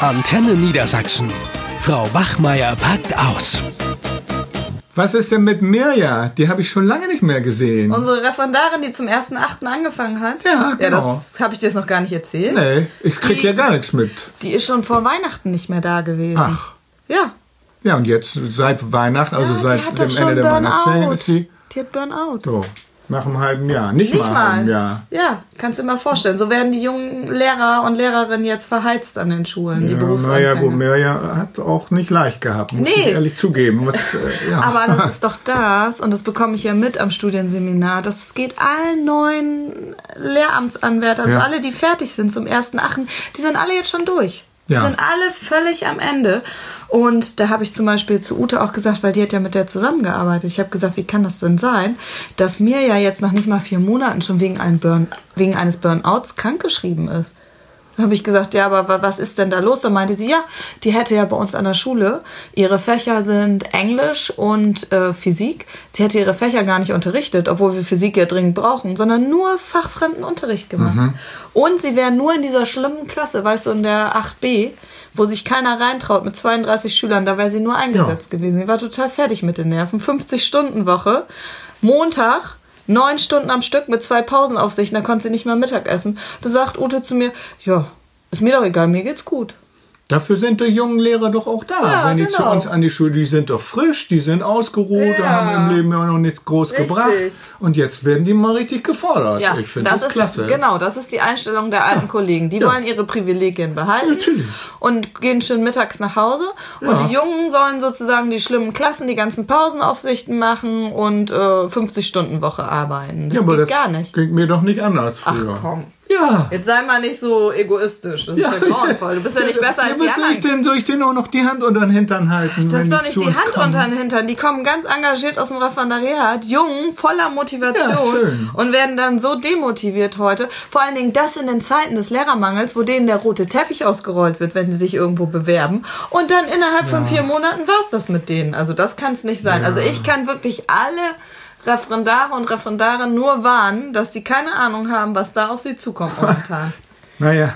Antenne Niedersachsen. Frau Wachmeier packt aus. Was ist denn mit Mirja? Die habe ich schon lange nicht mehr gesehen. Unsere Referendarin, die zum 1.8. angefangen hat. Mhm. Ja, genau. Ja, das habe ich dir jetzt noch gar nicht erzählt. nee, ich krieg Die- ja gar nichts mit. Die ist schon vor Weihnachten nicht mehr da gewesen. Ach. Ja. Ja, und jetzt seit Weihnachten, also ja, die seit hat dem doch schon Ende der Weihnachtsferien Burnout. ist sie die hat Burnout. so nach einem halben Jahr, nicht, Nicht mal, mal. halben Jahr. Ja, kannst du dir mal vorstellen. So werden die jungen Lehrer und Lehrerinnen jetzt verheizt an den Schulen, die Ja, Berufsanfänger. Mirja, gut, Mirja hat auch nicht leicht gehabt, muss Nee. ich ehrlich zugeben. Was, äh, ja. Aber das ist doch das, und das bekomme ich ja mit am Studienseminar, das geht allen neuen Lehramtsanwärtern, also Ja. alle, die fertig sind zum ersten Achten, die sind alle jetzt schon durch. Die Ja. sind alle völlig am Ende. Und da habe ich zum Beispiel zu Ute auch gesagt, weil die hat ja mit der zusammengearbeitet. Ich habe gesagt, wie kann das denn sein, dass mir ja jetzt nach nicht mal vier Monaten schon wegen, einem Burn, wegen eines Burnouts krankgeschrieben ist. Dann habe ich gesagt, ja, aber wa- was ist denn da los? Dann meinte sie, ja, die hätte ja bei uns an der Schule, ihre Fächer sind Englisch und äh, Physik. Sie hätte ihre Fächer gar nicht unterrichtet, obwohl wir Physik ja dringend brauchen, sondern nur fachfremden Unterricht gemacht. Und sie wäre nur in dieser schlimmen Klasse, weißt du, in der 8b, wo sich keiner reintraut mit 32 Schülern, da wäre sie nur eingesetzt gewesen. Sie war total fertig mit den Nerven. 50-Stunden-Woche, Montag, neun Stunden am Stück mit zwei Pausen auf sich, und da konnte sie nicht mal Mittag essen. Da sagt Ute zu mir, ja, ist mir doch egal, mir geht's gut. Dafür sind die jungen Lehrer doch auch da. Ja, Wenn die zu genau. uns an die Schule, die sind doch frisch, die sind ausgeruht, Ja. haben im Leben ja noch nichts groß Richtig. gebracht. Und jetzt werden die mal richtig gefordert. ich finde das, klasse. Genau, das ist die Einstellung der alten Kollegen. Die wollen ihre Privilegien behalten Natürlich. und gehen schön mittags nach Hause. Ja. Und die Jungen sollen sozusagen die schlimmen Klassen, die ganzen Pausenaufsichten machen und äh, 50-Stunden-Woche arbeiten. Das ja, aber geht das gar nicht. ging mir doch nicht anders früher. komm. Ja. Jetzt sei mal nicht so egoistisch. Das ist ja grauenvoll. Du bist ja nicht besser als die soll ich anderen. denn, soll ich denen auch noch die Hand unter den Hintern halten? Das wenn ist doch die nicht zu die uns Hand kommen? unter den Hintern. Die kommen ganz engagiert aus dem Referendariat, jung, voller Motivation Ja, schön. und werden dann so demotiviert heute. Vor allen Dingen das in den Zeiten des Lehrermangels, wo denen der rote Teppich ausgerollt wird, wenn die sich irgendwo bewerben. Und dann innerhalb von vier Monaten war's das mit denen. Also das kann es nicht sein. Also ich kann wirklich alle Referendare und Referendare nur warnen, dass sie keine Ahnung haben, was da auf sie zukommt momentan. Naja,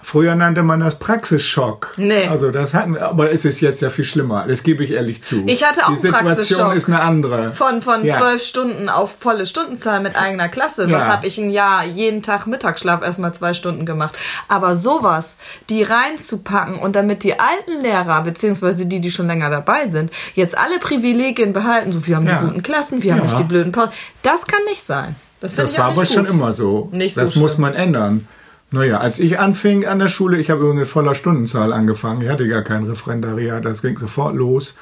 früher nannte man das Praxisschock. Nee. Also das hatten wir, aber es ist jetzt ja viel schlimmer. Das gebe ich ehrlich zu. Ich hatte auch Die einen Situation Praxisschock. ist eine andere. Von, von Äh, Ja. zwölf Stunden auf volle Stundenzahl mit eigener Klasse. Ja. Was habe ich ein Jahr jeden Tag Mittagsschlaf erstmal zwei Stunden gemacht. Aber sowas, die reinzupacken und damit die alten Lehrer, beziehungsweise die, die schon länger dabei sind, jetzt alle Privilegien behalten, so wir haben Ja. die guten Klassen, wir Ja. haben nicht die blöden Pausen, das kann nicht sein. Das finde Das ich auch war nicht aber gut. schon immer so. Nicht so das muss schlimm. man ändern. Naja, als ich anfing an der Schule, ich habe übrigens mit voller Stundenzahl angefangen. Ich hatte gar kein Referendariat, das ging sofort los.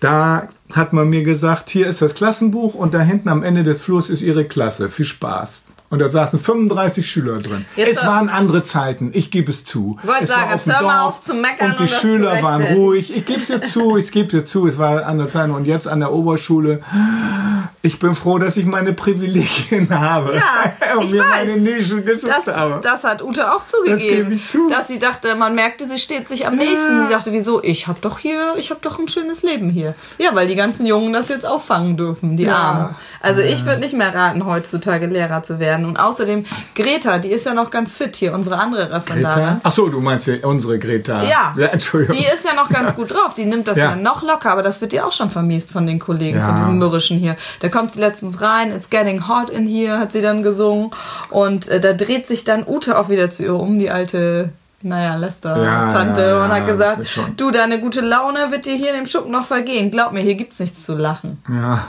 Da hat man mir gesagt, hier ist das Klassenbuch und da hinten am Ende des Flurs ist Ihre Klasse. Viel Spaß. Und da saßen 35 Schüler drin. Jetzt es so- waren andere Zeiten, ich gebe es zu. Wollte es war sagen, auf dem jetzt hör mal Dorf auf zu meckern Und die und das zu Schüler waren rechtfertigen. ruhig. Ich gebe es dir zu, ich gebe dir zu. Es war andere Zeiten. Und jetzt an der Oberschule, ich bin froh, dass ich meine Privilegien habe. Ja, und ich mir weiß. meine Nischen gesucht Das, habe. das hat Ute auch Das gebe zugegeben, ich zu. dass sie dachte, man merkte, sie steht sich am nächsten. Sie dachte, wieso? Ich habe doch hier, ich habe doch ein schönes Leben hier. Ja, weil die ganzen Jungen das jetzt auffangen dürfen, die Armen. Also ich würde nicht mehr raten, heutzutage Lehrer zu werden. Und außerdem Greta, die ist ja noch ganz fit hier, unsere andere Greta? Referendarin. Ach so, du meinst ja unsere Greta. Ja, Entschuldigung. die ist ja noch ganz gut drauf. Die nimmt das Ja. ja. noch locker, aber das wird ihr auch schon vermiest von den Kollegen, Ja. von diesen Mürrischen hier. Da kommt sie letztens rein, It's getting hot in here, hat sie dann gesungen. Und äh, da dreht sich dann Ute auch wieder zu ihr um, die alte, naja, Lester-Tante, Ja, ja, ja, und hat das gesagt, ist schon- du, deine gute Laune wird dir hier in dem Schuppen noch vergehen. Glaub mir, hier gibt's nichts zu lachen. ja.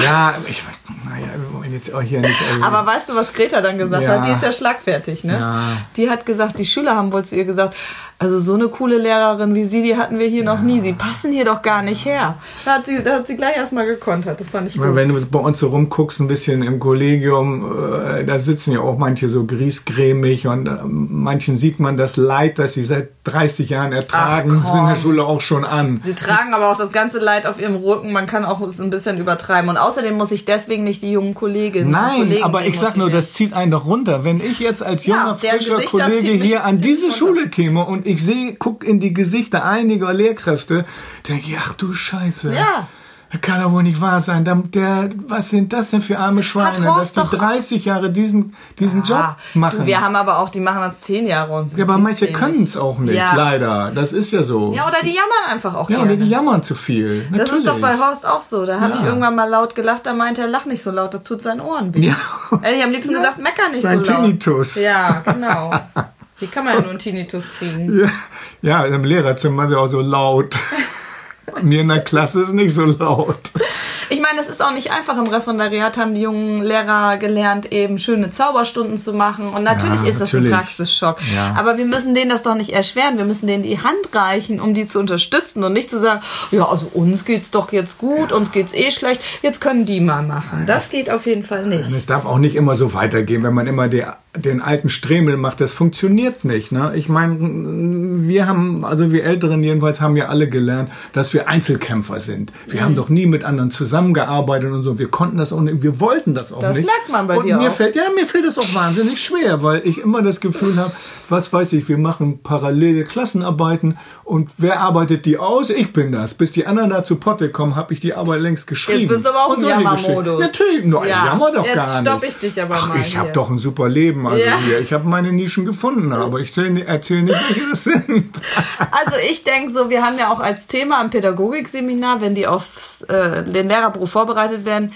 ja, ich, naja, wir wollen jetzt auch hier nicht. Also, Aber weißt du, was Greta dann gesagt Ja. hat? Die ist ja schlagfertig, ne? Ja. Die hat gesagt, die Schüler haben wohl zu ihr gesagt, also so eine coole Lehrerin wie sie, die hatten wir hier noch nie. Sie passen hier doch gar nicht her. Da hat sie, da hat sie gleich erstmal gekontert. Das fand ich gut. wenn du bei uns so rumguckst, ein bisschen im Kollegium, äh, da sitzen ja auch manche so griesgrämig und äh, manchen sieht man das Leid, das sie seit 30 Jahren ertragen Ach, müssen in der komm. Schule auch schon an. Sie tragen aber auch das ganze Leid auf ihrem Rücken. Man kann auch es ein bisschen übertreiben. Und außerdem muss ich deswegen nicht die jungen Kolleginnen und Nein, Kollegen aber ich sag nur, das zieht einen doch runter. Wenn ich jetzt als Ja, junger, deren frischer Gesichter Kollege zieht mich- hier an zieht diese mich Schule käme und ich sehe, guck in die Gesichter einiger Lehrkräfte, denke ich, ach du Scheiße. Ja. Das kann doch wohl nicht wahr sein. Der, der, was sind das denn für arme Schweine, dass Horst die doch- 30 Jahre diesen, diesen Ah, Job machen? Du, wir haben aber auch, die machen das zehn Jahre und sind ja, aber nicht manche wenig. können es auch nicht, Ja. leider. Das ist ja so. Ja, oder die jammern einfach auch Ja, gerne. oder die jammern zu viel. Natürlich. das ist doch bei Horst auch so. Da habe Ja. ich irgendwann mal laut gelacht, da meinte er, lach nicht so laut, das tut seinen Ohren weh. Ja. Hätte ich am liebsten gesagt, mecker nicht Sein so laut. Tinnitus. Ja, genau. Wie kann man ja nur einen Tinnitus kriegen? Ja, ja, im Lehrerzimmer ist ja auch so laut. Mir in der Klasse ist nicht so laut. Ich meine, es ist auch nicht einfach. Im Referendariat haben die jungen Lehrer gelernt, eben schöne Zauberstunden zu machen. Und natürlich Ja, ist das natürlich. ein Praxisschock. Ja. Aber wir müssen denen das doch nicht erschweren. Wir müssen denen die Hand reichen, um die zu unterstützen und nicht zu sagen, ja, also uns geht's doch jetzt gut, uns geht's eh schlecht, jetzt können die mal machen. Das geht auf jeden Fall nicht. Und es darf auch nicht immer so weitergehen, wenn man immer die, den alten Stremel macht. Das funktioniert nicht. Ne? Ich meine, wir haben, also wir Älteren jedenfalls, haben ja alle gelernt, dass wir Einzelkämpfer sind. Wir Mhm. haben doch nie mit anderen zusammengearbeitet und so. Wir konnten das auch nicht, wir wollten das auch Das nicht. merkt man bei und dir mir auch. Fällt, ja, mir fällt das auch wahnsinnig schwer, weil ich immer das Gefühl habe, was weiß ich, wir machen parallele Klassenarbeiten und wer arbeitet die aus? Ich bin das. Bis die anderen da zu Potte kommen, habe ich die Arbeit längst geschrieben. bist du aber auch Und im solche Jammermodus. Geschichten. Natürlich, no, Ja, ich jammer doch jetzt gar nicht. stopp ich dich aber Ach, mal ich habe hier. doch ein super Leben. Also Ja. hier. Ich habe meine Nischen gefunden, aber ich erzähle nicht, welche das sind. Also ich denke so, wir haben ja auch als Thema am Pädagogikseminar, wenn die auf äh, den Lehrerberuf vorbereitet werden,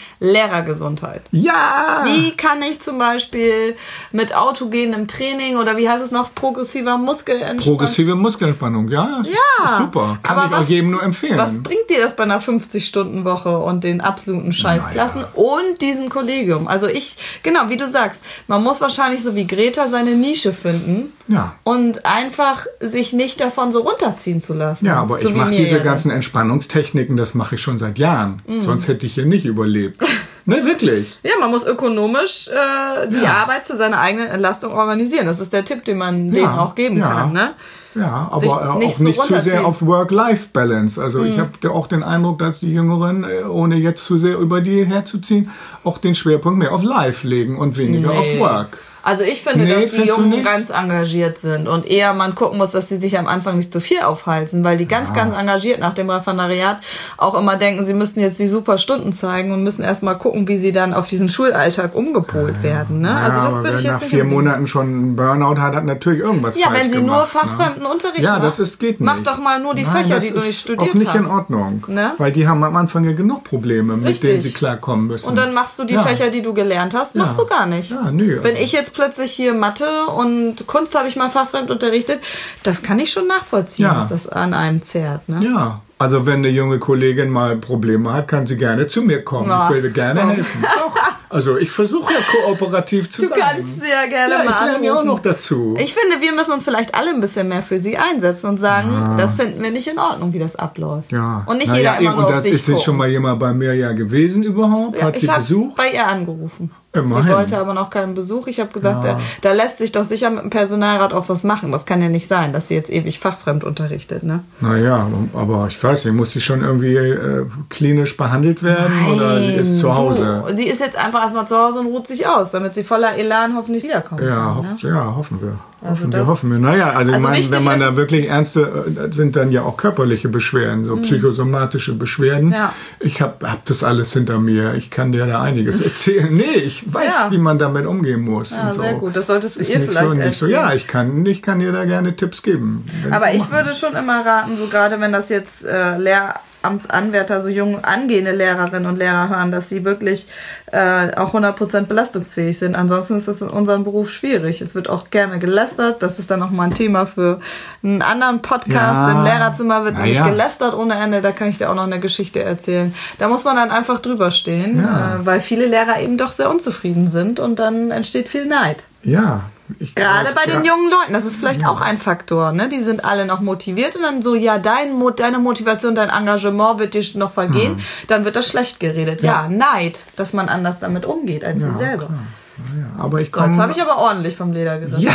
Lehrergesundheit. Ja! Wie kann ich zum Beispiel mit autogenem Training oder wie heißt es noch, progressiver Muskelentspannung? Progressive Muskelentspannung, ja. Ja. Ist super. Kann Aber ich auch was- jedem nur empfehlen. Was bringt dir das bei einer 50-Stunden-Woche und den absoluten Scheißklassen Naja. und diesem Kollegium? Also ich, genau, wie du sagst, man muss wahrscheinlich so wie Greta seine Nische finden Ja. und einfach sich nicht davon so runterziehen zu lassen. Ja, aber so ich wie mache mir diese ja ganzen Entspannungstechniken, das mache ich schon seit Jahren. Mhm. Sonst hätte ich hier nicht überlebt. ne, wirklich. Ja, man muss ökonomisch äh, die Ja. Arbeit zu seiner eigenen Entlastung organisieren. Das ist der Tipp, den man denen auch geben ja. kann. Ne? Ja, aber äh, Sich nicht auch so nicht zu sehr runterziehen. Mhm. auf Work-Life-Balance. Also ich habe auch den Eindruck, dass die Jüngeren, äh, ohne jetzt zu sehr über die herzuziehen, auch den Schwerpunkt mehr auf Life legen und weniger auf Nee. Work. Also ich finde, Nee, dass die findest du Jungen nicht? ganz engagiert sind und eher man gucken muss, dass sie sich am Anfang nicht zu viel aufhalten, weil die ganz, ganz engagiert nach dem Referendariat auch immer denken, sie müssen jetzt die super Stunden zeigen und müssen erstmal gucken, wie sie dann auf diesen Schulalltag umgepolt werden. Ne? also Ja, das aber würde wer ich nach jetzt nicht vier empfehlen. Monaten schon einen Burnout hat, hat natürlich irgendwas Ja, falsch wenn sie gemacht, nur fachfremden ne? Unterricht Ja, macht. das ist, geht nicht. Mach doch mal nur die Nein, Fächer, das die du ist nicht studiert auch nicht hast. in Ordnung. Ne? Weil die haben am Anfang ja genug Probleme, mit Richtig. denen sie klarkommen müssen. Und dann machst du die ja. Fächer, die du gelernt hast, machst du gar nicht. Ja, nö. also Wenn ich jetzt plötzlich hier Mathe und Kunst habe ich mal fachfremd unterrichtet, das kann ich schon nachvollziehen, Ja. dass das an einem zerrt. Ne? Ja, also wenn eine junge Kollegin mal Probleme hat, kann sie gerne zu mir kommen. Na, Ich will ihr gerne komm. helfen. Doch. Also ich versuche ja kooperativ zu Du sein. kannst sie ja gerne ja, mal ich lerne ja auch anrufen. noch dazu. Ich finde, wir müssen uns vielleicht alle ein bisschen mehr für sie einsetzen und sagen, das finden wir nicht in Ordnung, wie das abläuft. ja. Und nicht Na jeder ja, immer eh, und nur auf das sich ist jetzt schon gucken. mal jemand bei mir ja gewesen überhaupt, Ja, hat sie ich habe besucht. bei ihr angerufen. Immerhin. Sie wollte aber noch keinen Besuch. Ich habe gesagt, da, da lässt sich doch sicher mit dem Personalrat auch was machen. Das kann ja nicht sein, dass sie jetzt ewig fachfremd unterrichtet. Ne? Naja, aber ich weiß nicht, muss sie schon irgendwie äh, klinisch behandelt werden oder ist zu Hause? Du, die ist jetzt einfach erstmal zu Hause und ruht sich aus, damit sie voller Elan hoffentlich ne? wiederkommt. Ja, hoff, ja, hoffen wir. Also Hoffen wir, das- hoffen wir. Naja, also, Also ich meine, wichtig wenn man ist- da wirklich ernste, äh, das sind dann ja auch körperliche Beschwerden, so psychosomatische Beschwerden. Mhm. Ja. Ich hab, hab das alles hinter mir. Ich kann dir da einiges erzählen. Nee, ich weiß, Ja. wie man damit umgehen muss. Ja, und so. sehr gut. Das solltest du Ist ihr nicht vielleicht so, nicht so. erzählen. Ja, ich kann, ich kann dir da gerne Tipps geben. Wenn Aber du ich machst. würde schon immer raten, so gerade wenn das jetzt äh, Lehramtsanwärter, so jung angehende Lehrerinnen und Lehrer hören, dass sie wirklich äh, auch 100% belastungsfähig sind. Ansonsten ist das in unserem Beruf schwierig. Es wird auch gerne gelästert. Das ist dann nochmal ein Thema für einen anderen Podcast. Ja. Im Lehrerzimmer wird Na nämlich ja. gelästert ohne Ende. Da kann ich dir auch noch eine Geschichte erzählen. Da muss man dann einfach drüber stehen, Ja. äh, weil viele Lehrer eben doch sehr unzufrieden sind und dann entsteht viel Neid. Ja. Ich Gerade glaub, bei den ja. jungen Leuten, das ist vielleicht auch ein Faktor, ne? Die sind alle noch motiviert und dann so, ja, dein, Mo- deine Motivation, dein Engagement wird dir noch vergehen, Mhm. dann wird das schlecht geredet. Ja. Neid, dass man anders damit umgeht als sie selber. Ja, aber ich So, jetzt komm- habe ich aber ordentlich vom Leder gerissen. Ja,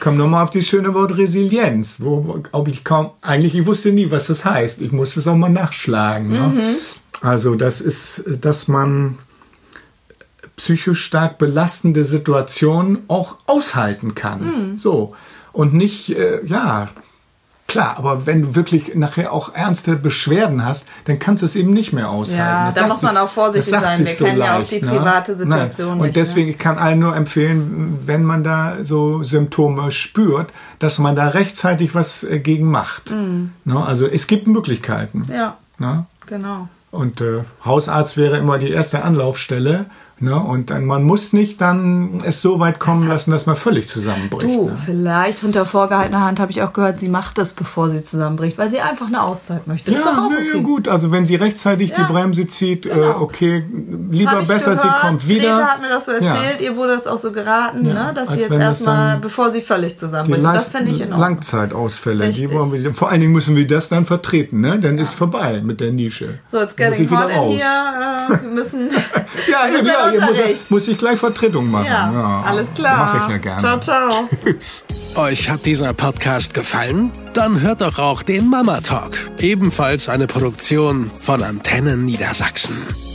komm nochmal auf das schöne Wort Resilienz, wo ob ich kaum, eigentlich, ich wusste nie, was das heißt. Ich musste es auch mal nachschlagen. Mhm. Ne? Also, das ist, dass man psychisch stark belastende Mhm. Situationen auch aushalten kann. So. Und nicht, äh, ja, Klar, aber wenn du wirklich nachher auch ernste Beschwerden hast, dann kannst du es eben nicht mehr aushalten. Ja, Das da sagt muss man auch vorsichtig das sagt sein. sich ne? Wir kennen ja auch die private Situation Und nicht, ne? deswegen, ich kann allen nur empfehlen, wenn man da so Symptome spürt, dass man da rechtzeitig was äh, gegen macht. Ne? Also es gibt Möglichkeiten. Mhm. Ja, Ne? genau. Und äh, Hausarzt wäre immer die erste Anlaufstelle. Ne? Und dann, man muss nicht dann es so weit kommen lassen, dass man völlig zusammenbricht. Du, ne? vielleicht hinter vorgehaltener Hand habe ich auch gehört, sie macht das, bevor sie zusammenbricht, weil sie einfach eine Auszeit möchte. ist doch auch nö, okay. Genau. ja, gut. Also wenn sie rechtzeitig die Bremse zieht, äh, okay, Hab lieber ich besser, sie gehört. kommt wieder. Greta hat mir das so erzählt, ihr wurde das auch so geraten, Ja, ne, dass als sie jetzt wenn das erstmal, dann- bevor sie völlig Die zusammenbricht. Das Leist- finde ich in Ordnung. Langzeitausfälle. Richtig. Die wollen wir, vor allen Dingen müssen wir das dann vertreten, ne? Dann ist vorbei mit der Nische. So, it's Muss getting ich wieder hot in raus. here. Äh, wir müssen. Ja, ja, wir müssen ja, in ihr Unterricht. muss, muss ich gleich Vertretung machen. Ja, alles klar. Mache ich ja gerne. Ciao, ciao. Tschüss. Euch hat dieser Podcast gefallen? Dann hört doch auch den Mama Talk, ebenfalls eine Produktion von Antennen Niedersachsen.